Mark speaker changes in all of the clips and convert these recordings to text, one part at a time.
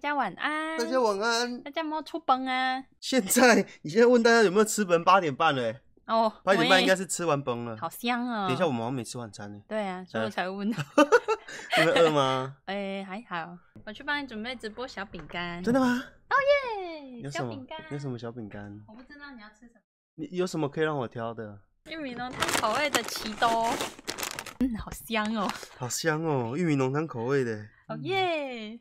Speaker 1: 家晚安，
Speaker 2: 大家晚安。
Speaker 1: 大家有没有出崩啊？
Speaker 2: 现在你现在问大家有没有吃本？八点半嘞、
Speaker 1: 哦，
Speaker 2: 八点半应该
Speaker 1: 是
Speaker 2: 是吃完崩了。
Speaker 1: 好香啊、哦！
Speaker 2: 等一下，我们好嗯像没吃晚餐呢、
Speaker 1: 对啊，所以我才会问他。
Speaker 2: 你们饿吗？
Speaker 1: 哎、还好，我去帮你准备直播小饼干。
Speaker 2: 真的吗？
Speaker 1: 耶
Speaker 2: 有什
Speaker 1: 小
Speaker 2: 么
Speaker 1: 饼干？？
Speaker 2: 有什么小饼干？
Speaker 1: 我不知道你要吃什么。
Speaker 2: 你有什么可以让我挑的？
Speaker 1: 玉米浓汤口味的奇多，嗯，好香哦！
Speaker 2: 好香哦，玉米浓汤口味的。
Speaker 1: 哦耶，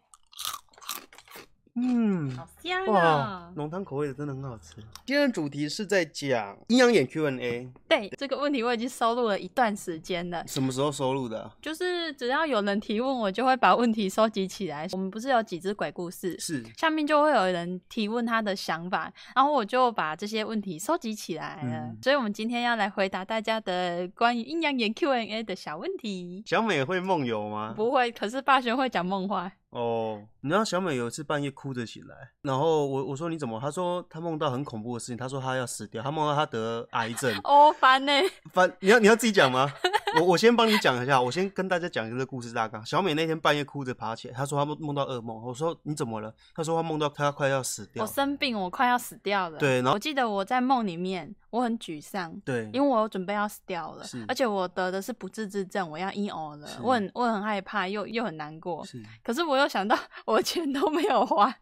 Speaker 2: 嗯，
Speaker 1: 好香
Speaker 2: 哇
Speaker 1: 哦，！
Speaker 2: 浓汤口味的真的很好吃。今天的主题是在讲阴阳眼 Q&A，
Speaker 1: 对这个问题，我已经收录了一段时间了。
Speaker 2: 什么时候收录的啊、
Speaker 1: 就是只要有人提问，我就会把问题收集起来。我们不是有几只鬼故事，
Speaker 2: 是
Speaker 1: 下面就会有人提问他的想法，然后我就把这些问题收集起来了。
Speaker 2: 嗯
Speaker 1: 所以，我们今天要来回答大家的关于阴阳眼 Q&A 的小问题。
Speaker 2: 小美会梦游吗？
Speaker 1: 不会，可是霸轩会讲梦话。。
Speaker 2: 哦，你知道小美有一次半夜哭着起来，然后我我说你怎么？她说她梦到很恐怖的事情，她说她要死掉，她梦到她得癌症
Speaker 1: 哦，烦呢、
Speaker 2: 反你要你要自己讲吗？我我先帮你讲一下，我先跟大家讲一个故事大纲。小美那天半夜哭着爬起来，她说她梦梦到噩梦，我说你怎么了？她说她梦到她快要死
Speaker 1: 我
Speaker 2: 掉。
Speaker 1: 生病，我快要死掉了。
Speaker 2: 啊对然后
Speaker 1: 我记得我在梦里面，我很沮丧。
Speaker 2: 对，
Speaker 1: 因为我准备要死掉了
Speaker 2: 是，
Speaker 1: 而且我得的是不治之症，我要 emo 了
Speaker 2: 是，
Speaker 1: 我很我很害怕，又又很难过。
Speaker 2: 是
Speaker 1: 可是我又想到 我钱都没有花，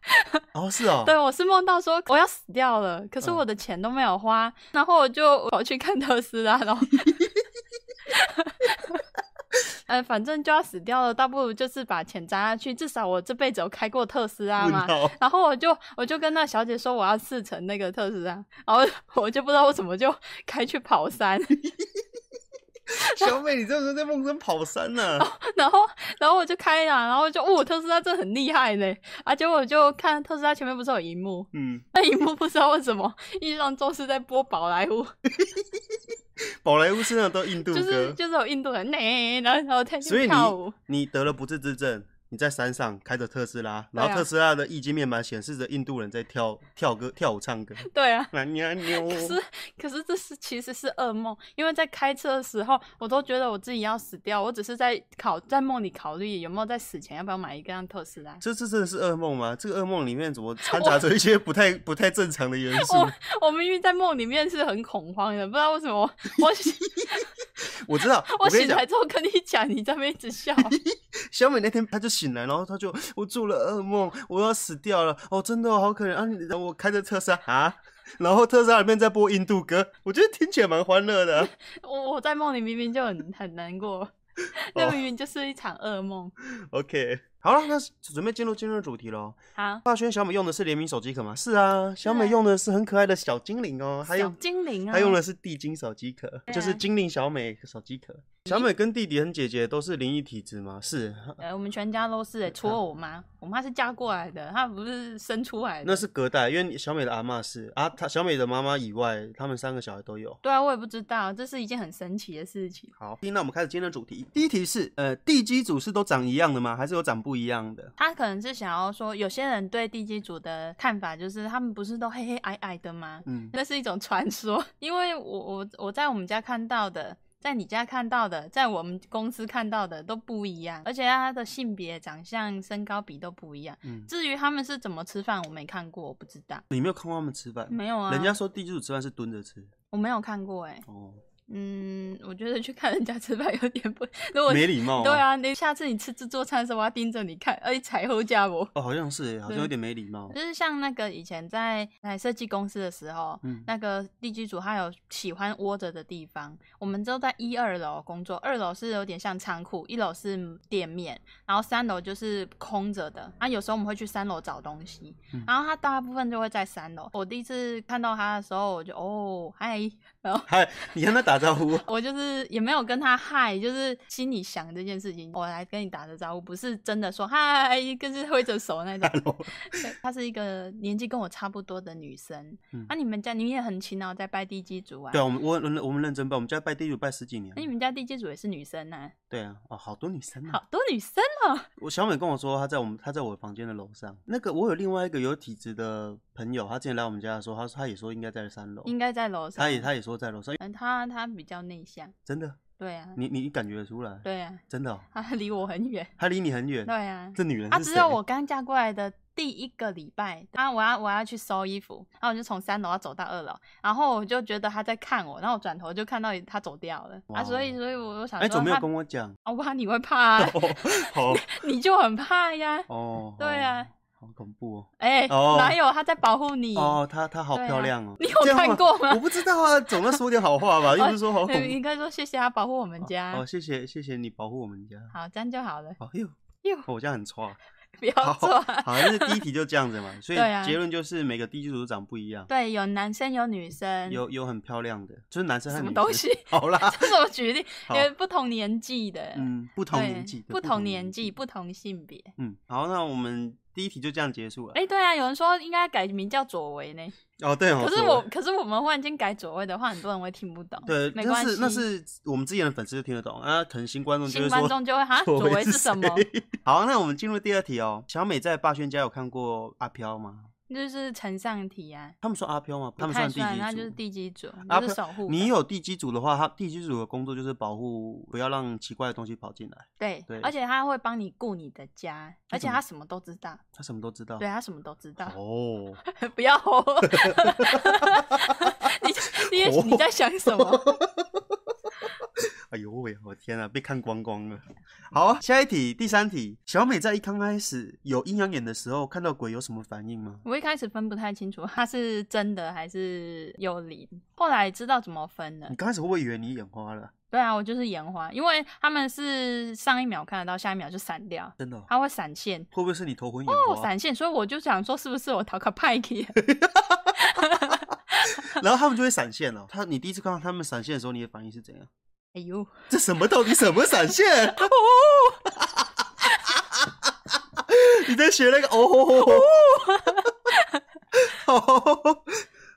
Speaker 2: 哦是哦，
Speaker 1: 对我是梦到说我要死掉了，可是
Speaker 2: 嗯
Speaker 1: 我的钱都没有花，然后我就跑去看特斯拉， 然后，呃，反正就要死掉了，倒不如就是把钱砸下去，至少我这辈子有开过特斯拉
Speaker 2: 问
Speaker 1: 嘛。
Speaker 2: 号
Speaker 1: 然后我就我就跟那小姐说我要试乘那个特斯拉，然后我就不知道为什么就开去跑山，
Speaker 2: 小美，你这是在梦中跑山呢、
Speaker 1: 然后然后我就开了，然后就哦特斯拉真的很厉害嘞，啊结果我就看特斯拉前面不是有荧幕，
Speaker 2: 嗯，
Speaker 1: 那荧幕不知道为什么印象中是在播宝莱坞，
Speaker 2: 宝莱坞身上都印度
Speaker 1: 就
Speaker 2: 歌，
Speaker 1: 是就是有印度人呢，然后然后在那
Speaker 2: 所以
Speaker 1: 边
Speaker 2: 你
Speaker 1: 跳舞。
Speaker 2: 你得了不治之症，你在山上开着特斯拉，
Speaker 1: 对
Speaker 2: 然后
Speaker 1: 啊
Speaker 2: 特斯拉的液晶面板显示着印度人在跳跳歌、跳舞、 唱歌。
Speaker 1: 对啊，
Speaker 2: 啊呀 牛！
Speaker 1: 可是可是这是其实是噩梦，因为在开车的时候，我都觉得我自己要死掉，我只是在考在梦里考虑有没有在死前要不要买一辆特斯 拉。
Speaker 2: 这这真的是噩梦吗？这个噩梦里面怎么掺杂着一些不太不太正常的元素？
Speaker 1: 我我明明在梦里面是很恐慌的，不知道为什么我 我醒
Speaker 2: 我知道，
Speaker 1: 我
Speaker 2: 我跟你
Speaker 1: 醒
Speaker 2: 讲
Speaker 1: 来，之后跟你讲，你在那边一直 笑。
Speaker 2: 小美那天她就醒来，然后她就我做了噩梦，我要死掉了，哦，真的、哦、好可怜啊！你我开着特斯拉啊，然后特斯拉里面在播印度歌，我觉得听起来蛮欢乐的啊、
Speaker 1: 我我在梦里明明就很很难过，
Speaker 2: 哦
Speaker 1: 那明明就是一场噩梦。
Speaker 2: OK，好了，那准备进入今天的主题喽。
Speaker 1: 好，
Speaker 2: 霸轩小美用的是联名手机壳吗？是啊，小
Speaker 1: 是
Speaker 2: 美
Speaker 1: 啊
Speaker 2: 用的是很可爱的小精灵哦，还
Speaker 1: 小
Speaker 2: 有
Speaker 1: 精灵啊，
Speaker 2: 她用的是地精手机壳，
Speaker 1: 啊
Speaker 2: 就是精灵小美手机壳。小美跟弟弟和姐姐都是灵异体质吗？是，
Speaker 1: 呃，我们全家都是、欸，除了我妈，我妈是嫁过来的，她不是生出来的。
Speaker 2: 那是隔代，因为小美的阿嬷是啊，她小美的妈妈以外，他们三个小孩都有。
Speaker 1: 对啊，我也不知道，这是一件很神奇的事情。
Speaker 2: 好，那我们开始今天的主题。第一题是，呃，地基组是都长一样的吗？还是有长不一样的？
Speaker 1: 她可能是想要说，有些人对地基组的看法就是，他们不是都黑黑矮矮的吗？
Speaker 2: 嗯，
Speaker 1: 那是一种传说， 因为我我我在我们家看到的，在你家看到的，在我们公司看到的都不一样，而且他的性别、长相、身高比都不一样。
Speaker 2: 嗯
Speaker 1: 至于他们是怎么吃饭，我没看过，我不知道，
Speaker 2: 你没有看过他们吃饭？
Speaker 1: 没有啊，
Speaker 2: 人家说地基组吃饭是蹲着吃
Speaker 1: 我没有看过、欸，哎，
Speaker 2: 哦，
Speaker 1: 嗯，我觉得去看人家吃饭有点不，如果
Speaker 2: 没礼貌、
Speaker 1: 对，啊，你下次你吃自助餐的时候，我要盯着你看，而且踩后架我。
Speaker 2: 哦，好像是耶，好像有点没礼貌。
Speaker 1: 就是像那个以前在在设计公司的时候，
Speaker 2: 嗯
Speaker 1: 那个地基组他有喜欢窝着的地方，我们都在一二楼工作，二楼是有点像仓库，一楼是店面，然后三楼就是空着的。那、有时候我们会去三楼找东西，
Speaker 2: 嗯
Speaker 1: 然后他大部分就会在三楼。我第一次看到他的时候，我就哦嗨，然后。。
Speaker 2: 嗨，你跟他打招呼
Speaker 1: 我就是也没有跟他嗨，就是心里想这件事情，我来跟你打个招呼，不是真的说嗨，更是挥着手 那种。
Speaker 2: Hello，
Speaker 1: 对她是一个年纪跟我差不多的女生。
Speaker 2: 嗯
Speaker 1: 啊，你们家你也很勤劳在拜地基主啊？
Speaker 2: 对啊，我们我很我们认真拜，我们家拜地主拜十几年
Speaker 1: 那、。哎你们家地基主也是女生啊？
Speaker 2: 对啊，哦，好多女生啊。
Speaker 1: 好多女生哦。
Speaker 2: 我小美跟我说，她在我们她在我房间的楼上。那个我有另外一个有体质的朋友，她之前来我们家的时候，她说她也说应该在三楼，
Speaker 1: 哦应该在楼上。
Speaker 2: 她也她也说在楼上，哎
Speaker 1: 嗯，她她比较内向，
Speaker 2: 真的
Speaker 1: 对啊，
Speaker 2: 你你感觉得出来？
Speaker 1: 对啊，
Speaker 2: 真的、哦，
Speaker 1: 他离我很远。
Speaker 2: 她离你很远。
Speaker 1: 对啊，
Speaker 2: 这女人
Speaker 1: 啊，
Speaker 2: 是
Speaker 1: 只
Speaker 2: 谁
Speaker 1: 有我刚嫁过来的第一个礼拜，啊，我要我要去收衣服，然后我就从三楼要走到二楼，然后我就觉得他在看我，然后我转头就看到他走掉了
Speaker 2: 哇
Speaker 1: 啊，
Speaker 2: 哦
Speaker 1: 所以所以我我想
Speaker 2: 哎，
Speaker 1: 说
Speaker 2: 怎么没有
Speaker 1: 他，
Speaker 2: 跟我讲？
Speaker 1: 啊我怕你会怕、 啊，
Speaker 2: 哦，好
Speaker 1: 你就很怕呀，
Speaker 2: 哦，
Speaker 1: 对啊
Speaker 2: 哦，好恐怖哦。
Speaker 1: 哎、
Speaker 2: 哦
Speaker 1: 哪有他在保护你？
Speaker 2: 哦，她她好
Speaker 1: 对啊
Speaker 2: 漂亮哦。
Speaker 1: 你有
Speaker 2: 这样
Speaker 1: 看过吗
Speaker 2: 我不知道啊，总要说点好话吧，又不是说好恐
Speaker 1: 你你
Speaker 2: 怖。
Speaker 1: 应该说谢谢他保护我们家，
Speaker 2: 哦，谢谢谢谢你保护我们家。
Speaker 1: 好，这样就 好了，
Speaker 2: 哦哟
Speaker 1: 哟
Speaker 2: 哦我这样很差。
Speaker 1: 不要
Speaker 2: 好
Speaker 1: 做啊。
Speaker 2: 好，像是第一题就这样子嘛，所以
Speaker 1: 对啊
Speaker 2: 结论就是每个地基组长不一样，
Speaker 1: 对，有男生有女生，
Speaker 2: 有有很漂亮的，就是男生和
Speaker 1: 什
Speaker 2: 女
Speaker 1: 么
Speaker 2: 生。
Speaker 1: 东西？
Speaker 2: 好啦，
Speaker 1: 这是我举例，
Speaker 2: 好
Speaker 1: 因为不同年纪的，
Speaker 2: 嗯，不同
Speaker 1: 对，
Speaker 2: 年纪的，
Speaker 1: 不同年纪，不同性别。
Speaker 2: 嗯，好，那我们第一题就这样结束了。
Speaker 1: 哎、对啊，有人说应该改名叫左为呢，
Speaker 2: 哦，对哦，
Speaker 1: 可是
Speaker 2: 对
Speaker 1: 我，可是我们忽然间改左为的话，很多人会听不懂。
Speaker 2: 对，
Speaker 1: 没
Speaker 2: 那
Speaker 1: 关
Speaker 2: 是
Speaker 1: 系，
Speaker 2: 那是我们之前的粉丝就听得懂啊，可能新观众就
Speaker 1: 新
Speaker 2: 会
Speaker 1: 观
Speaker 2: 说。
Speaker 1: 众就会哈，左为
Speaker 2: 为
Speaker 1: 是什么？
Speaker 2: 谁？ 好，那我们进入第二题哦。小美在霸轩家有看过阿飘吗？
Speaker 1: 就是呈上体啊，
Speaker 2: 他们说阿飘吗？他
Speaker 1: 不
Speaker 2: 们
Speaker 1: 太
Speaker 2: 地基
Speaker 1: 他
Speaker 2: 组
Speaker 1: 就是地基组，
Speaker 2: 阿
Speaker 1: 就是
Speaker 2: 飘
Speaker 1: 守护的。
Speaker 2: 你有地基组的话，他地基组的工作就是保护，不要让奇怪的东西跑进来。
Speaker 1: 对，
Speaker 2: 对
Speaker 1: 而且他会帮你顾你的家，而且
Speaker 2: 怎么啊
Speaker 1: 他什么都知道，
Speaker 2: 他什么都知道。
Speaker 1: 对他啊什么都知道。
Speaker 2: 哦，
Speaker 1: 不要吼我！ 你你你在想什么？
Speaker 2: 哎呦喂，我天啊，被看光光了。好，啊下一题，第三题。小美在一刚开始有阴阳眼的时候，看到鬼有什么反应吗？
Speaker 1: 我一开始分不太清楚他是真的还是幽灵，后来知道怎么分了
Speaker 2: 你。刚开始会不会以为你眼花了？
Speaker 1: 对啊，我就是眼花，因为他们是上一秒看得到，下一秒就闪掉，
Speaker 2: 真的哦、
Speaker 1: 它会闪现。
Speaker 2: 会不会是你头昏眼
Speaker 1: 啊哦，
Speaker 2: 花？
Speaker 1: 闪现，所以我就想说，是不是我逃卡派去 了？
Speaker 2: 然后他们就会闪现了、他，你第一次看到他们闪现的时候，你的反应是怎样？
Speaker 1: 哎呦，
Speaker 2: 这什么？到底什么闪现？
Speaker 1: 哦
Speaker 2: 你在学那个哦吼吼吼？好哦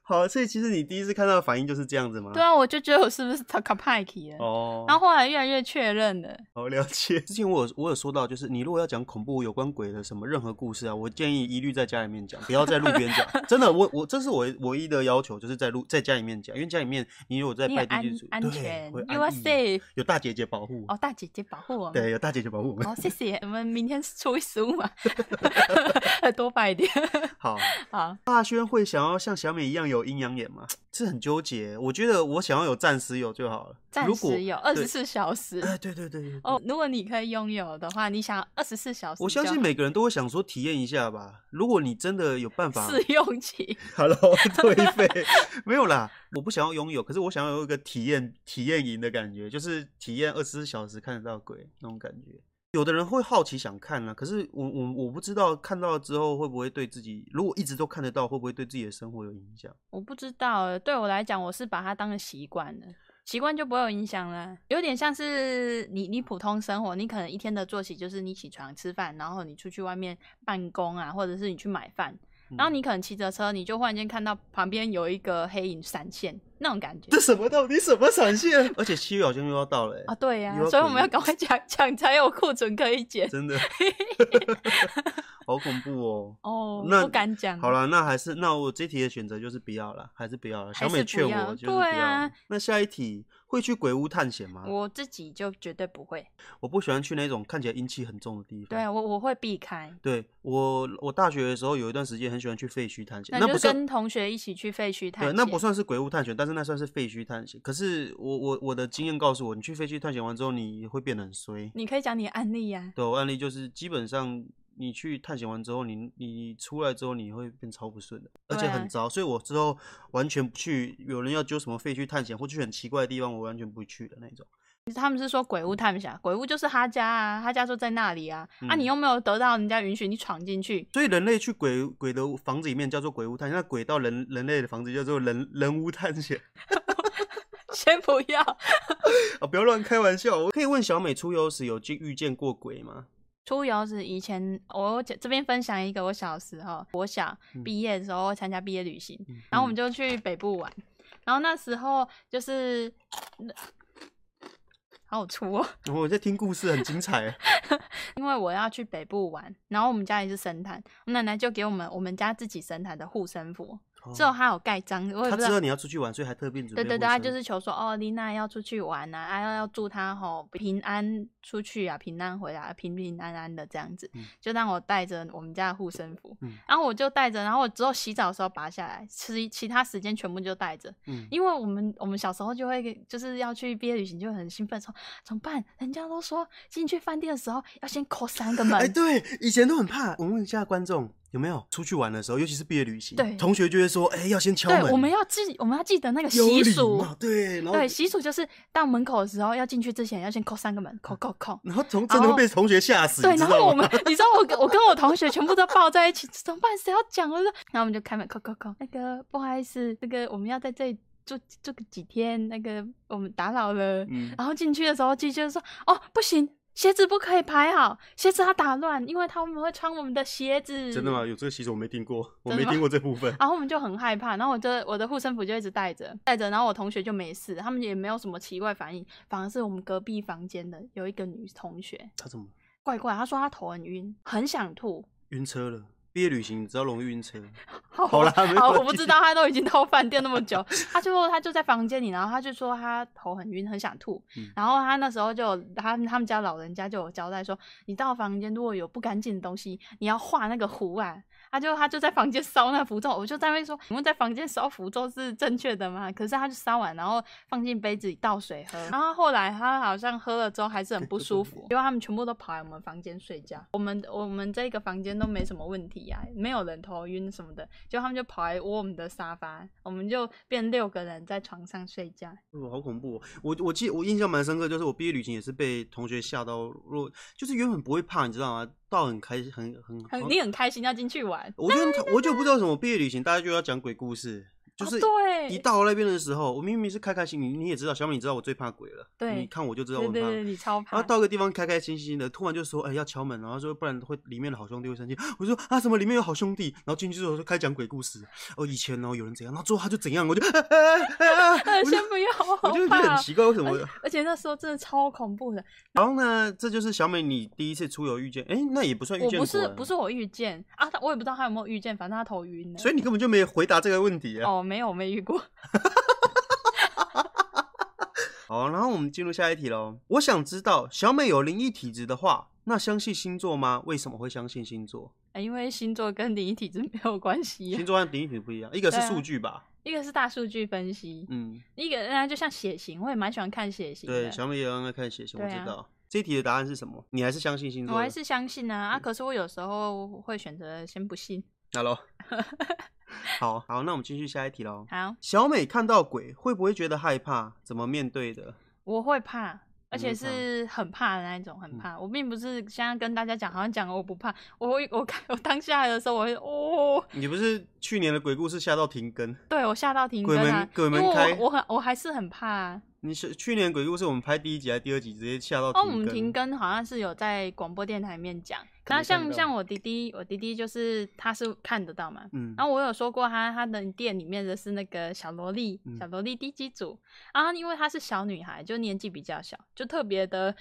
Speaker 2: 好，所以其实你第一次看到的反应就是这样子吗？
Speaker 1: 对啊，我就觉得我是不是逃卡派去了？
Speaker 2: 哦，
Speaker 1: 然后后来越来越确认了。
Speaker 2: 好了解。之前我有我有说到，就是你如果要讲恐怖有关鬼的什么任何故事啊，我建议一律在家里面讲，不要在路边 讲。真的，我我这是我唯一的要求，就是在路在家里面讲，因为家里面你如果在
Speaker 1: 你很
Speaker 2: 拜
Speaker 1: 安
Speaker 2: 地基主，
Speaker 1: 安
Speaker 2: 对
Speaker 1: 全
Speaker 2: 会
Speaker 1: ，You are
Speaker 2: 安逸
Speaker 1: safe。
Speaker 2: 有大姐姐保护。
Speaker 1: 哦，大姐姐保护我们。
Speaker 2: 对，有大姐姐保护我们。
Speaker 1: 哦，谢谢。我们明天初一十五 嘛，多拜一点。
Speaker 2: 好，
Speaker 1: 好，
Speaker 2: 大轩会想要像小美一样有阴阳眼吗？这很纠结。我觉得我想要有暂时有就好了。
Speaker 1: 暂
Speaker 2: 如果
Speaker 1: 时有二十
Speaker 2: 对
Speaker 1: 四小时。
Speaker 2: 哎，对对对对。
Speaker 1: 哦，如果你可以拥有的话，你想二十四小时就好，
Speaker 2: 我相信 每个人都会想说体验一下吧。如果你真的有办法
Speaker 1: 试用期。
Speaker 2: ，Hello，退费没有啦，我不想要拥有，可是我想要有一个体验体验营的感觉，就是体验二十四小时看得到鬼那种感觉。有的人会好奇想看啊，可是我我我不知道看到之后会不会对自己，如果一直都看得到，会不会对自己的生活有影响？
Speaker 1: 我不知道欸，对我来讲，我是把它当成习惯了，习惯就不会有影响了。有点像是你你普通生活，你可能一天的作息就是你起床吃饭，然后你出去外面办公啊，或者是你去买饭，然后
Speaker 2: 嗯
Speaker 1: 你可能骑着车，你就忽然间看到旁边有一个黑影闪现，那种感觉。
Speaker 2: 这什么到底什么闪现？而且七月好像又要到了、欸，
Speaker 1: 啊，对呀、
Speaker 2: 又要
Speaker 1: 所以我们要
Speaker 2: 鬼
Speaker 1: 赶快讲讲，才有库存可以减。
Speaker 2: 真的，好恐怖哦。
Speaker 1: 哦，
Speaker 2: 那
Speaker 1: 不敢讲。
Speaker 2: 好，了，那还是那我这题的选择就是不要了，还是不要了。
Speaker 1: 还
Speaker 2: 小
Speaker 1: 是
Speaker 2: 美劝
Speaker 1: 不要
Speaker 2: 我就是不
Speaker 1: 对
Speaker 2: 要。
Speaker 1: 啊
Speaker 2: 那下一题会去鬼屋探险吗？我
Speaker 1: 我自己就绝对不会。
Speaker 2: 不喜欢去那种看起来阴气很重的地方。
Speaker 1: 对啊，我我会避开。
Speaker 2: 对我我大学的时候有一段时间很喜欢去废墟探险，
Speaker 1: 那
Speaker 2: 不
Speaker 1: 就是跟同学一起去废墟探
Speaker 2: 对，
Speaker 1: 险。
Speaker 2: 那不算是鬼屋探险，但是那算是废墟探险。可是我我我的经验告诉我，你去废墟探险完之后，你会变得很衰。
Speaker 1: 你可以讲你的案例啊呀、
Speaker 2: 对，我案例就是基本上你去探险完之后，你你出来之后你会变超不顺的，而且
Speaker 1: 对啊
Speaker 2: 很糟。所以我之后完全不去，有人要揪什么废墟探险或去很奇怪的地方，我完全不去的那种。
Speaker 1: 他们是说鬼屋探险，鬼屋就是他家啊，他家就在那里啊。啊，
Speaker 2: 嗯
Speaker 1: 你又没有得到人家允许，你闯进去，
Speaker 2: 所以人类去鬼鬼的房子里面叫做鬼屋探险，那鬼到人人类的房子叫做人人屋探险
Speaker 1: 先不要。
Speaker 2: 啊！不要乱开玩笑。我可以问小美出游时有见遇见过鬼吗？
Speaker 1: 出游是以前我这这边分享一个我小时候，我小
Speaker 2: 嗯
Speaker 1: 毕业的时候参加毕业旅行，然后我们就去北部玩，然后那时候就是，好粗哦，
Speaker 2: 嗯我在听故事，很精彩。欸
Speaker 1: 因为我要去北部玩，然后我们家里是神坛，我奶奶就给我们我们家自己神坛的护身符， 之后他有盖章，我也不知
Speaker 2: 他哦知
Speaker 1: 道
Speaker 2: 道。你要出去玩，所以还特别准
Speaker 1: 对
Speaker 2: 备卫
Speaker 1: 对
Speaker 2: 生。
Speaker 1: 对，他就是求说哦，丽娜要出去玩啊，啊要要祝她吼平安出去啊，平安回来啊，平平安安的这样子，
Speaker 2: 嗯
Speaker 1: 就让我带着我们家的护身符，
Speaker 2: 嗯
Speaker 1: 然后我就带着，然后我之后洗澡的时候拔下来，其其他时间全部就带着，
Speaker 2: 嗯，
Speaker 1: 因为我们我们小时候就会就是要去毕业旅行就很兴奋，说怎么办？人家都说进去饭店的时候要先扣三个门，
Speaker 2: 哎，对，以前都很怕。我问一下观众有没有出去玩的时候，尤其是毕业旅行，
Speaker 1: 对
Speaker 2: 同学就会说，哎，要先敲
Speaker 1: 对
Speaker 2: 门，
Speaker 1: 我们要记我们要记得那个
Speaker 2: 有
Speaker 1: 习
Speaker 2: 礼
Speaker 1: 俗，
Speaker 2: 貌对，然后
Speaker 1: 对习俗就是到门口的时候要进去之前要先扣三个门，扣扣扣。
Speaker 2: 然后同真的
Speaker 1: 然
Speaker 2: 会
Speaker 1: 后
Speaker 2: 被同学嗯吓死，
Speaker 1: 对，
Speaker 2: 你知
Speaker 1: 然后
Speaker 2: 道
Speaker 1: 我
Speaker 2: 吗
Speaker 1: 们？， 你知道我跟我跟我同学全部都抱在一起，怎么办？谁要讲？我就，然后我们就开门，扣扣扣，那个不好意思，那个我们要在这里住住个几天，那个我们打扰了。
Speaker 2: 嗯，
Speaker 1: 然后进去的时候，进去就说，哦，不行，鞋子不可以排好，鞋子要打乱，因为他们会穿我们的鞋子。
Speaker 2: 真的吗？？有这个习俗我没 听过，我
Speaker 1: 真的
Speaker 2: 没
Speaker 1: 吗
Speaker 2: 听过这部分。
Speaker 1: 然后我们就很害怕，然后我就我的护身符就一直带着带着，然后我同学就没事，他们也没有什么奇怪反应，反而是我们隔壁房间的有一个女同学，
Speaker 2: 他怎么
Speaker 1: 怪怪，她说她头很晕，很想吐。
Speaker 2: 晕车了？毕业旅行你知道容易晕车，
Speaker 1: 好
Speaker 2: 好啦没
Speaker 1: 好，
Speaker 2: 关
Speaker 1: 我不
Speaker 2: 系
Speaker 1: 知道他都已经到饭店那么久， 他最后他就在房间里，然后他就说他头很晕，很想吐，
Speaker 2: 嗯
Speaker 1: 然后他那时候就有他他们家老人家就有交代说，你到房间如果有不干净的东西，你要画那个符啊。他就他就在房间烧那符咒，我就在那边说，请问在房间烧符咒是正确的吗？可是他就烧完，然后放进杯子里倒水喝，然后后来他好像喝了之后还是很不舒服，因为他们全部都跑来我们房间睡觉，我们我们这个房间都没什么问题呀、没有人头晕什么的，就他们就跑来窝我们的沙发，我们就变六个人在床上睡觉，
Speaker 2: 哦，好恐怖、哦！我我记我印象蛮深刻，就是我毕业旅行也是被同学吓到，若就是原本不会怕，你知道吗？到很开心，很很
Speaker 1: 很你很开心要进去玩，
Speaker 2: 我觉得他我就不知道为什么毕业旅行大家就要讲鬼故事，就是
Speaker 1: 哦、对
Speaker 2: 一到那边的时候，我明明是开开心，你你也知道，小美你知道我最怕鬼了，
Speaker 1: 对
Speaker 2: 你看我就知道
Speaker 1: 对
Speaker 2: 我很
Speaker 1: 对
Speaker 2: 怕。
Speaker 1: 对，你超
Speaker 2: 然
Speaker 1: 怕
Speaker 2: 后，啊到个地方开开心心的，突然就说：“哎、要敲门。”然后说：“不然会里面的好兄弟会生气。”我说：“啊，什么里面有好兄弟？”然后进去之后就开始讲鬼故事。哦，以前哦有人怎样，然后之后他就怎样，我就， 啊啊啊啊
Speaker 1: 呃
Speaker 2: 我就
Speaker 1: 先不要，我
Speaker 2: 我
Speaker 1: 好
Speaker 2: 就觉得
Speaker 1: 怕
Speaker 2: 很
Speaker 1: 哦。
Speaker 2: 奇怪，为什么
Speaker 1: 而且而且那时候真的超恐怖的，
Speaker 2: 然后呢，这就是小美你第一次出游遇见，哎、那也不算遇
Speaker 1: 我
Speaker 2: 见
Speaker 1: 不是
Speaker 2: 鬼
Speaker 1: 不是我遇见啊，他我也不知道他有没有遇见，反正他头晕了。
Speaker 2: 所以啊你根本就没回答这个问题啊。
Speaker 1: 哦，没有，我没遇过。
Speaker 2: 好，然后我们进入下一题喽。我想知道，小美有灵异体质的话，那相信星座吗？为什么会相信星座？
Speaker 1: 哎因为星座跟灵异体质没有关系、
Speaker 2: 星座和灵异体质不一样，一个是
Speaker 1: 对啊
Speaker 2: 数据吧，
Speaker 1: 一个是大数据分析，
Speaker 2: 嗯，
Speaker 1: 一个那就像血型，我也蛮喜欢看血型
Speaker 2: 对，
Speaker 1: 的。
Speaker 2: 小美也刚刚看血型，我
Speaker 1: 对
Speaker 2: 知
Speaker 1: 啊
Speaker 2: 道、这一题的答案是什么？你还是相信星座
Speaker 1: 我
Speaker 2: 的？嗯
Speaker 1: 还是相信啊啊！可是我有时候会选择先不信。
Speaker 2: Hello。好好，那我们继续下一题喽。
Speaker 1: 好，
Speaker 2: 小美看到鬼会不会觉得害怕？怎么面对的？
Speaker 1: 我会怕，而
Speaker 2: 你会
Speaker 1: 且
Speaker 2: 怕嗯
Speaker 1: 是很怕的那一种，很怕。我并不是现在跟大家讲，好像讲了我不怕。我会，我看我当下的时候，我会哦，
Speaker 2: 你不是去年的鬼故事吓到停更？
Speaker 1: 对我吓到停
Speaker 2: 鬼
Speaker 1: 更啊
Speaker 2: 门，鬼
Speaker 1: 因
Speaker 2: 门
Speaker 1: 为
Speaker 2: 开
Speaker 1: 我我很我还是很怕、啊。
Speaker 2: 你是去年鬼故事我们拍第一集还是第二集，直接吓到
Speaker 1: 哦，
Speaker 2: 停
Speaker 1: 我
Speaker 2: 更。
Speaker 1: 们停更好像是有在广播电台里面讲。那
Speaker 2: 能看
Speaker 1: 像
Speaker 2: 到
Speaker 1: 像我弟弟，我弟弟就是他是看得到嘛，
Speaker 2: 嗯，
Speaker 1: 然后我有说过他，他的店里面的是那个小萝莉
Speaker 2: 嗯，
Speaker 1: 小萝莉低级组。然后因为她是小女孩，就年纪比较小，就特别的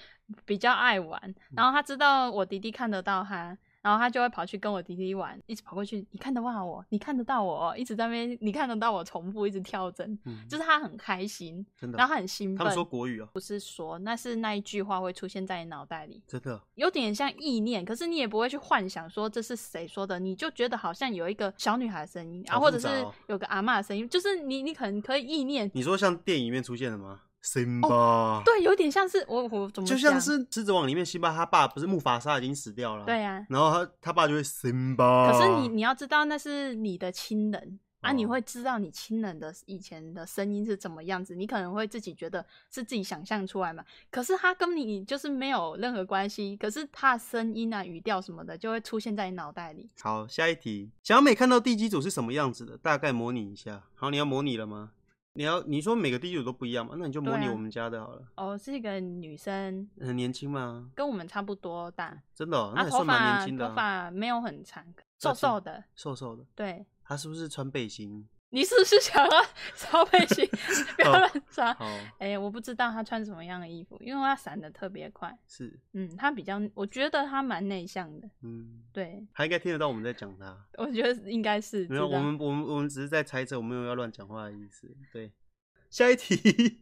Speaker 1: 比较爱玩。
Speaker 2: 嗯
Speaker 1: 然后她知道我弟弟看得到她，然后她就会跑去跟我弟弟玩，一直跑过去，你看得到我，你看得到我，哦一直在那边你看得到我，重复一直跳针，
Speaker 2: 嗯
Speaker 1: 就是她很开心，
Speaker 2: 真的
Speaker 1: 然后她很兴
Speaker 2: 嗯他们
Speaker 1: 奋。
Speaker 2: 说国语哦、
Speaker 1: 不是说，那是那一句话会出现在你脑袋里，
Speaker 2: 真的
Speaker 1: 有点像意念，可是你也不会去幻想说这是谁说的，你就觉得好像有一个小女孩的声音啊，
Speaker 2: 好
Speaker 1: 或
Speaker 2: 复
Speaker 1: 者
Speaker 2: 杂
Speaker 1: 是
Speaker 2: 哦
Speaker 1: 有个阿嬷的声音，就是你你可能可以意念，
Speaker 2: 你说像电影里面出现的吗？辛巴，
Speaker 1: 哦对，有点像是我我怎么
Speaker 2: 就像
Speaker 1: 讲
Speaker 2: 是《狮子王》里面辛巴他爸不是木法沙已经死掉了，
Speaker 1: 对，啊呀、
Speaker 2: 然后他他爸就会辛巴，
Speaker 1: 可是你你要知道那是你的亲人。啊，
Speaker 2: 哦
Speaker 1: 你会知道你亲人的以前的声音是怎么样子，你可能会自己觉得是自己想象出来嘛。可是他跟你就是没有任何关系，可是他的声音啊、语调什么的就会出现在你脑袋里。
Speaker 2: 好，下一题，小美看到地基组是什么样子的，大概模拟一下。好，你要模拟了吗？你要你说每个地基组都不一样嘛？那你就模
Speaker 1: 对
Speaker 2: 拟
Speaker 1: 啊
Speaker 2: 我们家的好了。
Speaker 1: 哦，是一个女生，
Speaker 2: 很年轻吗？
Speaker 1: 跟我们差不多大，
Speaker 2: 真的、哦，那
Speaker 1: 啊，
Speaker 2: 也
Speaker 1: 头
Speaker 2: 算蛮年
Speaker 1: 发
Speaker 2: 轻的啊、
Speaker 1: 头发没有很长，瘦瘦的，
Speaker 2: 瘦瘦的。
Speaker 1: 对，
Speaker 2: 她是不是穿背心？
Speaker 1: 你是不是想要 烧背心？不要
Speaker 2: 好
Speaker 1: 乱穿。
Speaker 2: 哦好，
Speaker 1: 哎、我不知道他穿什么样的衣服，因为他闪的特别快。
Speaker 2: 是，
Speaker 1: 嗯，他比较，我觉得他蛮内向的。
Speaker 2: 嗯，
Speaker 1: 对，
Speaker 2: 他应该听得到我们在讲他。
Speaker 1: 我觉得应该是
Speaker 2: 没有，
Speaker 1: 知道
Speaker 2: 我们我们我们只是在猜测，我没有要乱讲话的意思。对，下一题，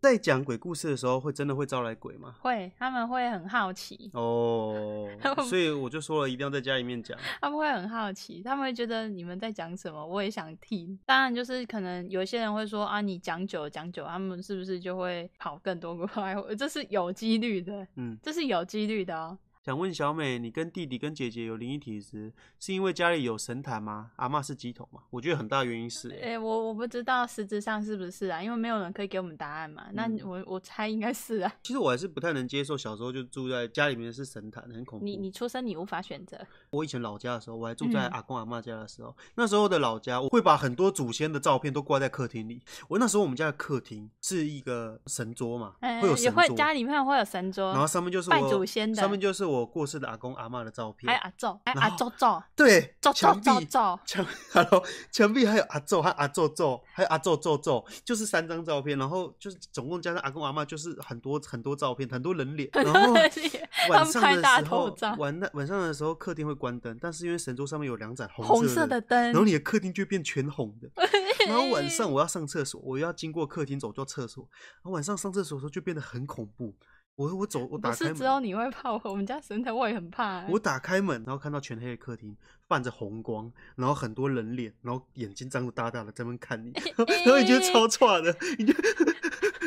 Speaker 2: 在讲鬼故事的时候，会真的会招来鬼吗？
Speaker 1: 会，他们会很好奇，
Speaker 2: 哦
Speaker 1: 他们，
Speaker 2: 所以我就说了，一定要在家里面讲。
Speaker 1: 他们会很好奇，他们会觉得你们在讲什么，我也想听。当然，就是可能有一些人会说啊，你讲久了讲久了，他们是不是就会跑更多国外？ 这是有几率的，
Speaker 2: 嗯，
Speaker 1: 这是有几率的哦。
Speaker 2: 想问小美，你跟弟弟跟姐姐有灵异体质，是因为家里有神坛吗？阿嬷是鸡头吗？我觉得很大原因是、
Speaker 1: 诶、我我不知道实质上是不是啊，因为没有人可以给我们答案嘛。那
Speaker 2: 嗯
Speaker 1: 我我猜应该是啊。
Speaker 2: 其实我还是不太能接受，小时候就住在家里面是神坛，很恐怖。
Speaker 1: 你你出生你无法选择，
Speaker 2: 我以前老家的时候，我还住在
Speaker 1: 嗯
Speaker 2: 阿公阿妈家的时候，那时候的老家，我会把很多祖先的照片都挂在客厅里。我那时候我们家的客厅是一个神桌嘛，
Speaker 1: 嗯，
Speaker 2: 会有
Speaker 1: 也
Speaker 2: 神
Speaker 1: 会
Speaker 2: 桌，
Speaker 1: 家里面会有神桌，
Speaker 2: 然后上面就是
Speaker 1: 拜
Speaker 2: 我
Speaker 1: 祖先的哎
Speaker 2: 上面就是我过世的阿公阿妈的照片，
Speaker 1: 还有阿昼，还有阿
Speaker 2: 然后
Speaker 1: 昼昼
Speaker 2: 对，
Speaker 1: 昼
Speaker 2: 墙
Speaker 1: 昼
Speaker 2: 壁
Speaker 1: 昼昼，
Speaker 2: 墙，Hello，墙壁还有阿昼，还有阿昼昼，还有阿昼昼昼，就是三张照片，然后就是总共加上阿公阿妈，就是很多很多照片，很多人脸，然后
Speaker 1: 他
Speaker 2: 晚
Speaker 1: 们
Speaker 2: 上
Speaker 1: 拍
Speaker 2: 的
Speaker 1: 大
Speaker 2: 时
Speaker 1: 头
Speaker 2: 候
Speaker 1: 照，
Speaker 2: 晚那晚上的时候客厅会关灯，但是因为神桌上面有两盏
Speaker 1: 红色
Speaker 2: 色
Speaker 1: 的
Speaker 2: 的，
Speaker 1: 灯，
Speaker 2: 然后你的客厅就会变全红的。 然后晚上
Speaker 1: 我
Speaker 2: 我要上厕所，我要经过客厅走到厕所，然后晚上上厕所的时候就变得很恐怖。我我走我打
Speaker 1: 不
Speaker 2: 开
Speaker 1: 是
Speaker 2: 门
Speaker 1: 只，有你会怕，我们家神台我也很怕、欸。
Speaker 2: 我打开门，然后看到全黑的客厅，泛着红光，然后很多人脸，然后眼睛张得大大的在那边看你，
Speaker 1: 哎
Speaker 2: 然后你觉得超差的，你就。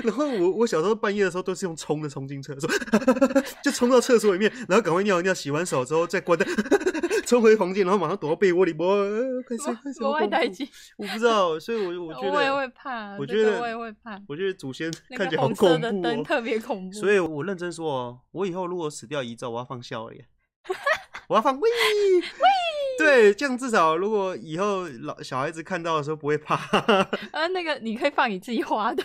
Speaker 2: 然后我我小时候半夜的时候都是用冲的冲进厕所， 就冲到厕所里面，然后赶快尿一尿，洗完手之后再关灯， 冲回房间，然后马上躲到被窝里，我呃快睡快睡，
Speaker 1: 我
Speaker 2: 好
Speaker 1: 外
Speaker 2: 恐
Speaker 1: 带
Speaker 2: 怖
Speaker 1: 机，
Speaker 2: 我不知道，所以 我我觉得
Speaker 1: 我也会怕，
Speaker 2: 我
Speaker 1: 这
Speaker 2: 觉
Speaker 1: 个
Speaker 2: 得
Speaker 1: 我也会怕。
Speaker 2: 我觉得祖先
Speaker 1: 那
Speaker 2: 看起
Speaker 1: 个
Speaker 2: 来好
Speaker 1: 红色的
Speaker 2: 恐怖
Speaker 1: 灯
Speaker 2: 哦，
Speaker 1: 特别恐怖，
Speaker 2: 所以我认真说哦，我以后如果死掉遗照，我要放笑脸，我要放 喂对，这样至少如果以后老小孩子看到的时候不会 怕。
Speaker 1: 啊，那个你可以放你自己画 的，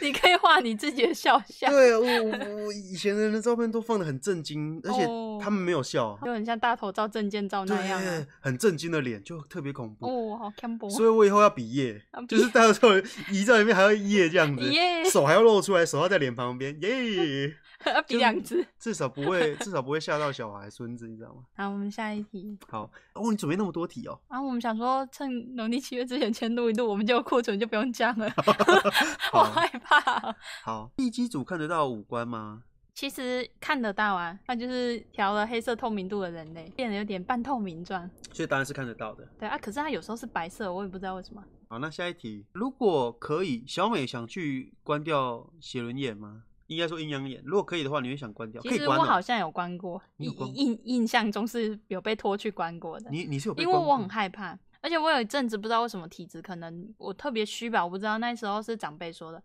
Speaker 1: 你可以画你自己的肖像，
Speaker 2: 对，我我我以前的人的照片都放的很震惊，而且
Speaker 1: 哦
Speaker 2: 他们没有笑，啊
Speaker 1: 就很像大头照、证件照那样啊
Speaker 2: 对。，很震惊的脸就特别恐怖。
Speaker 1: 哦，好看不？
Speaker 2: 所以我以后要比 耶
Speaker 1: 啊，比
Speaker 2: 就是到时候遗照里面还要耶这样子，
Speaker 1: 耶
Speaker 2: 手还要露出来，手要在脸旁边，耶，
Speaker 1: 啊 比两只。
Speaker 2: 至少不会至少不会吓到小孩孙子，你知道吗？
Speaker 1: 好，我们下一题。啊
Speaker 2: 好，哦，你准备那么多题哦，
Speaker 1: 然后我们想说，趁农历七月之前先录一录，我们就有库存，就不用讲了。 我
Speaker 2: 好
Speaker 1: 害怕。啊
Speaker 2: 好，地基组看得到五官吗？
Speaker 1: 其实看得到啊，那就是调了黑色透明度的人类，变得有点半透明状。
Speaker 2: 所以当然是看得到的。
Speaker 1: 对啊，可是它有时候是白色，我也不知道为什么。
Speaker 2: 好，那下一题，如果可以，小美想去关掉写轮眼吗？应该说阴阳眼，如果可以的话，你会想关掉？
Speaker 1: 其
Speaker 2: 可以
Speaker 1: 实
Speaker 2: 关
Speaker 1: 我
Speaker 2: 哦
Speaker 1: 好像有关过，
Speaker 2: 你有
Speaker 1: 印
Speaker 2: 关过
Speaker 1: 印印象中是有被拖去关过的，
Speaker 2: 你你是有被
Speaker 1: 因为我
Speaker 2: 关
Speaker 1: 很
Speaker 2: 过
Speaker 1: 害怕。而且我有一阵子不知道为什么体质，可能我特别虚吧，我不知道那时候是长辈说的。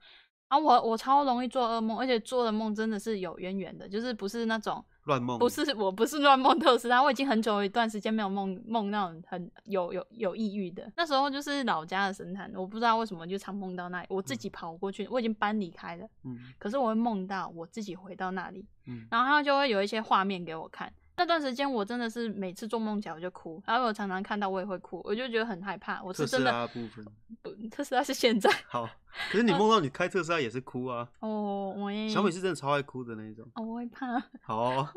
Speaker 1: 啊，我我超容易做噩梦，而且做的梦真的是有渊源的，就是不是那种
Speaker 2: 乱梦，
Speaker 1: 不是，我不是乱梦特斯拉，我已经很久有一段时间没有梦梦那种很有有有抑郁的。那时候就是老家的神坛，我不知道为什么就常梦到那里。我自己跑过去，我已经搬离开了，
Speaker 2: 嗯
Speaker 1: 可是我会梦到我自己回到那里，
Speaker 2: 嗯，
Speaker 1: 然后他就会有一些画面给我看。那段时间我真的是每次做梦起来我就哭，然后我常常看到我也会哭，我就觉得很害怕。我
Speaker 2: 特
Speaker 1: 是
Speaker 2: 斯
Speaker 1: 真
Speaker 2: 拉
Speaker 1: 的
Speaker 2: 的部分
Speaker 1: 不，特斯拉是现在
Speaker 2: 好，可是你梦到你开特斯拉也是哭啊，
Speaker 1: 哦，我也
Speaker 2: 小美是真的超爱哭的那一种。
Speaker 1: 哦，我会怕，
Speaker 2: 好哦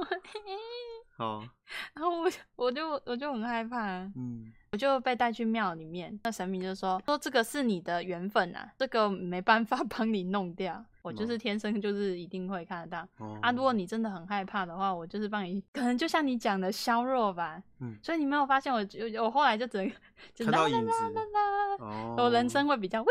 Speaker 2: 好，
Speaker 1: 然后我我就我就很害怕。
Speaker 2: 嗯，
Speaker 1: 我就被带去庙里面，那神明就说说这个是你的缘分啊，这个没办法 帮你弄掉，我就是
Speaker 2: 哦
Speaker 1: 天生就是一定会看得到、
Speaker 2: 哦
Speaker 1: 啊。如果你真的很害怕的话，我就是帮你，可能就像你讲的削弱吧。
Speaker 2: 嗯
Speaker 1: 所以你没有发现我我我后来就整个 就
Speaker 2: 看到影子
Speaker 1: 啦啦啦
Speaker 2: 哦，
Speaker 1: 我人生会比较喂，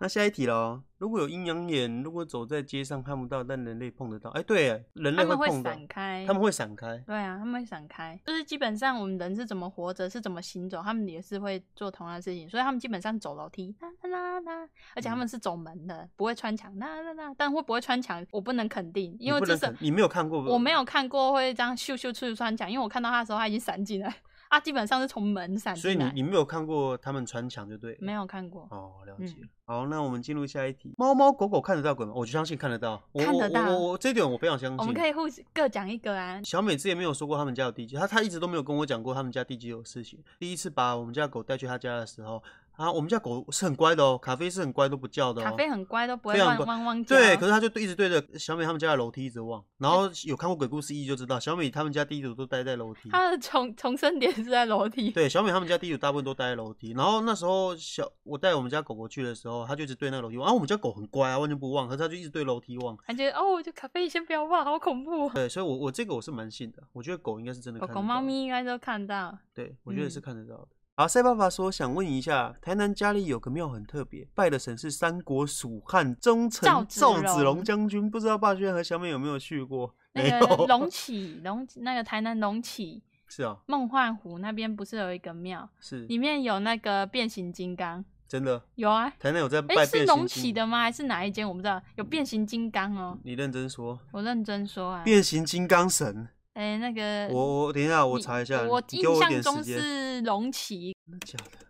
Speaker 2: 那下一题喽，如果有阴阳眼，如果走在街上看不到，但人类碰得到，哎、对耶，人类
Speaker 1: 他们会
Speaker 2: 碰到，
Speaker 1: 闪开，
Speaker 2: 他们会闪开，
Speaker 1: 对啊，他们会闪开，就是基本上我们人是怎么活着，是怎么行走，他们也是会做同样的事情，所以他们基本上走楼梯，啦啦啦啦，而且
Speaker 2: 嗯
Speaker 1: 他们是走门的，不会穿墙，啦啦啦。但会不会穿墙，我不能肯定，因为
Speaker 2: 你不
Speaker 1: 这
Speaker 2: 能
Speaker 1: 是
Speaker 2: 肯你没有看过，
Speaker 1: 我没，有看过会这样咻咻出去穿墙，因为我看到他的时候他已经闪进来，啊，基本上是从门闪
Speaker 2: 所以
Speaker 1: 进
Speaker 2: 你
Speaker 1: 来，
Speaker 2: 你没有看过他们穿墙就对了，
Speaker 1: 没有看过，
Speaker 2: 哦，了
Speaker 1: 嗯
Speaker 2: 解。好，那我们进入下一题，猫猫狗狗看得到鬼吗？我就相信看得到，我
Speaker 1: 看得到
Speaker 2: 我我我这一点我非常相信。
Speaker 1: 我们可以互各讲一个啊，
Speaker 2: 小美之前没有说过他们家有地基，她她一直都没有跟我讲过他们家地基有事情。第一次把我们家狗带去她家的时候，啊，我们家狗是很乖的哦，咖啡是很乖都不叫的哦。
Speaker 1: 咖啡很乖，都啊不会
Speaker 2: 非常
Speaker 1: 汪
Speaker 2: 乖
Speaker 1: 汪汪叫。
Speaker 2: 对，可是他就一直对着小美他们家的楼梯一直望，然后有看过鬼故事一就知道，小美他们家地主都待在楼梯。
Speaker 1: 它的重重生点是在楼梯。
Speaker 2: 对，小美他们家地主大部分都待在楼梯。然后那时候小我带我们家狗狗去的时候，它就一直对那个楼梯望。啊，我们家狗很乖啊，完全不望，可是它就一直对楼梯望。
Speaker 1: 感觉哦，就咖啡先不要忘，好恐怖、哦。
Speaker 2: 对，所以我我这个我是蛮信的，我觉得狗应该是真的
Speaker 1: 狗
Speaker 2: 看得
Speaker 1: 狗、猫
Speaker 2: 到的，
Speaker 1: 咪应该都看到。
Speaker 2: 对我觉得是
Speaker 1: 嗯
Speaker 2: 看得到的。好，赛爸爸说想问一下，台南家里有个庙很特别，拜的神是三国蜀汉忠
Speaker 1: 赵
Speaker 2: 臣
Speaker 1: 子
Speaker 2: 赵子
Speaker 1: 龙
Speaker 2: 龙将军，不知道霸轩和小美有没有去过？没
Speaker 1: 那
Speaker 2: 有
Speaker 1: 个，龙起龙那个台南龙起
Speaker 2: 是啊，
Speaker 1: 梦幻湖那边不是有一个庙，
Speaker 2: 是
Speaker 1: 里面有那个变形金刚？
Speaker 2: 真的。
Speaker 1: 有啊，
Speaker 2: 台南有在
Speaker 1: 哎、
Speaker 2: 拜
Speaker 1: 是
Speaker 2: 变
Speaker 1: 龙
Speaker 2: 形
Speaker 1: 起
Speaker 2: 金，
Speaker 1: 的吗？还是哪一间？我不知道。有变形金刚哦，
Speaker 2: 你认真说，
Speaker 1: 我认真说啊。
Speaker 2: 变形金刚神。
Speaker 1: 哎、那个
Speaker 2: 我我等一下，我
Speaker 1: 你
Speaker 2: 查一下，
Speaker 1: 我
Speaker 2: 你给我
Speaker 1: 印
Speaker 2: 一点
Speaker 1: 象
Speaker 2: 时
Speaker 1: 中
Speaker 2: 间。
Speaker 1: 是龙起。
Speaker 2: 真的假的？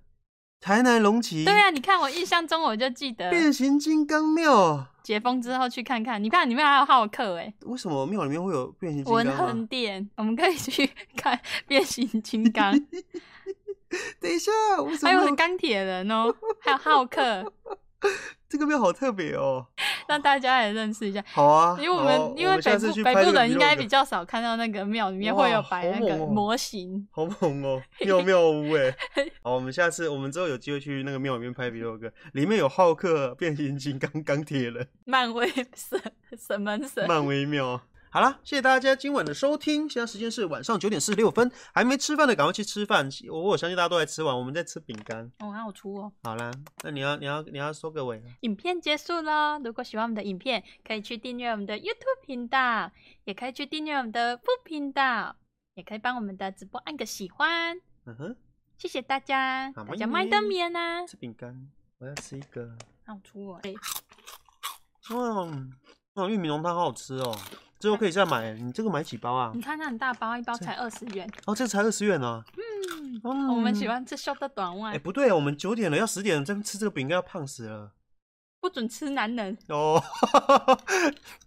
Speaker 2: 台南龙旗，
Speaker 1: 对啊，你看我印象中我就记得
Speaker 2: 变形金刚庙，
Speaker 1: 解封之后去看看。你看里面还有浩克哎、
Speaker 2: 为什么庙里面会有变形金
Speaker 1: 文
Speaker 2: 刚、啊
Speaker 1: 亨？店，我们可以去 看变形金 刚，
Speaker 2: 等一下，为 什
Speaker 1: 还有
Speaker 2: 么
Speaker 1: 钢铁人哦， 还有浩 克，
Speaker 2: 这个庙好特别哦？
Speaker 1: 让大家也认识一下。
Speaker 2: 好啊，
Speaker 1: 因为我
Speaker 2: 好
Speaker 1: 们
Speaker 2: 啊
Speaker 1: 因
Speaker 2: 我
Speaker 1: 为
Speaker 2: 们下
Speaker 1: 北
Speaker 2: 次
Speaker 1: 部
Speaker 2: 去
Speaker 1: 北
Speaker 2: 拍
Speaker 1: 部
Speaker 2: 这个
Speaker 1: 人应
Speaker 2: vlog
Speaker 1: 该比较少看到那个庙里面会有
Speaker 2: 哇
Speaker 1: 摆
Speaker 2: 好
Speaker 1: 那
Speaker 2: 猛
Speaker 1: 个
Speaker 2: 哦
Speaker 1: 模型，
Speaker 2: 好猛哦，妙妙屋 哎！好，我们下次我们之后有机会去那个庙里面拍 vlog，里面有浩克、变形金刚、钢铁人。
Speaker 1: 漫威 神神门神，
Speaker 2: 漫威妙。好啦，谢谢大家今晚的收听。现在时间是晚上九点四十六分，还没吃饭的赶快去吃饭。我我相信大家都在吃完，我们在吃饼干。
Speaker 1: 哦，好有出哦。
Speaker 2: 好啦，那你要你要你要收个尾了。啊
Speaker 1: 影片结束喽！如果喜欢我们的影片，可以去订阅我们的 YouTube 频道，也可以去订阅我们的副频道，也可以帮我们的直播按个喜欢，
Speaker 2: 嗯哼，
Speaker 1: 谢谢大家，
Speaker 2: 好
Speaker 1: 大家
Speaker 2: 咪
Speaker 1: 麦
Speaker 2: 咪
Speaker 1: 德棉啊，
Speaker 2: 吃饼干，我要吃一个。
Speaker 1: 好出哦。对
Speaker 2: 嗯，哦，玉米浓汤好好吃哦，之后可以再买。你这个买几包啊
Speaker 1: 你？看它很大包，一包才二十元。
Speaker 2: 哦，这才二十元啊。
Speaker 1: 嗯，
Speaker 2: 嗯，
Speaker 1: 我们喜。欢吃秀的短
Speaker 2: 哎、
Speaker 1: 袜，
Speaker 2: 不对，我们九点了，要十点了，再吃这个饼干要胖死了。
Speaker 1: 不准吃男人。
Speaker 2: 哦，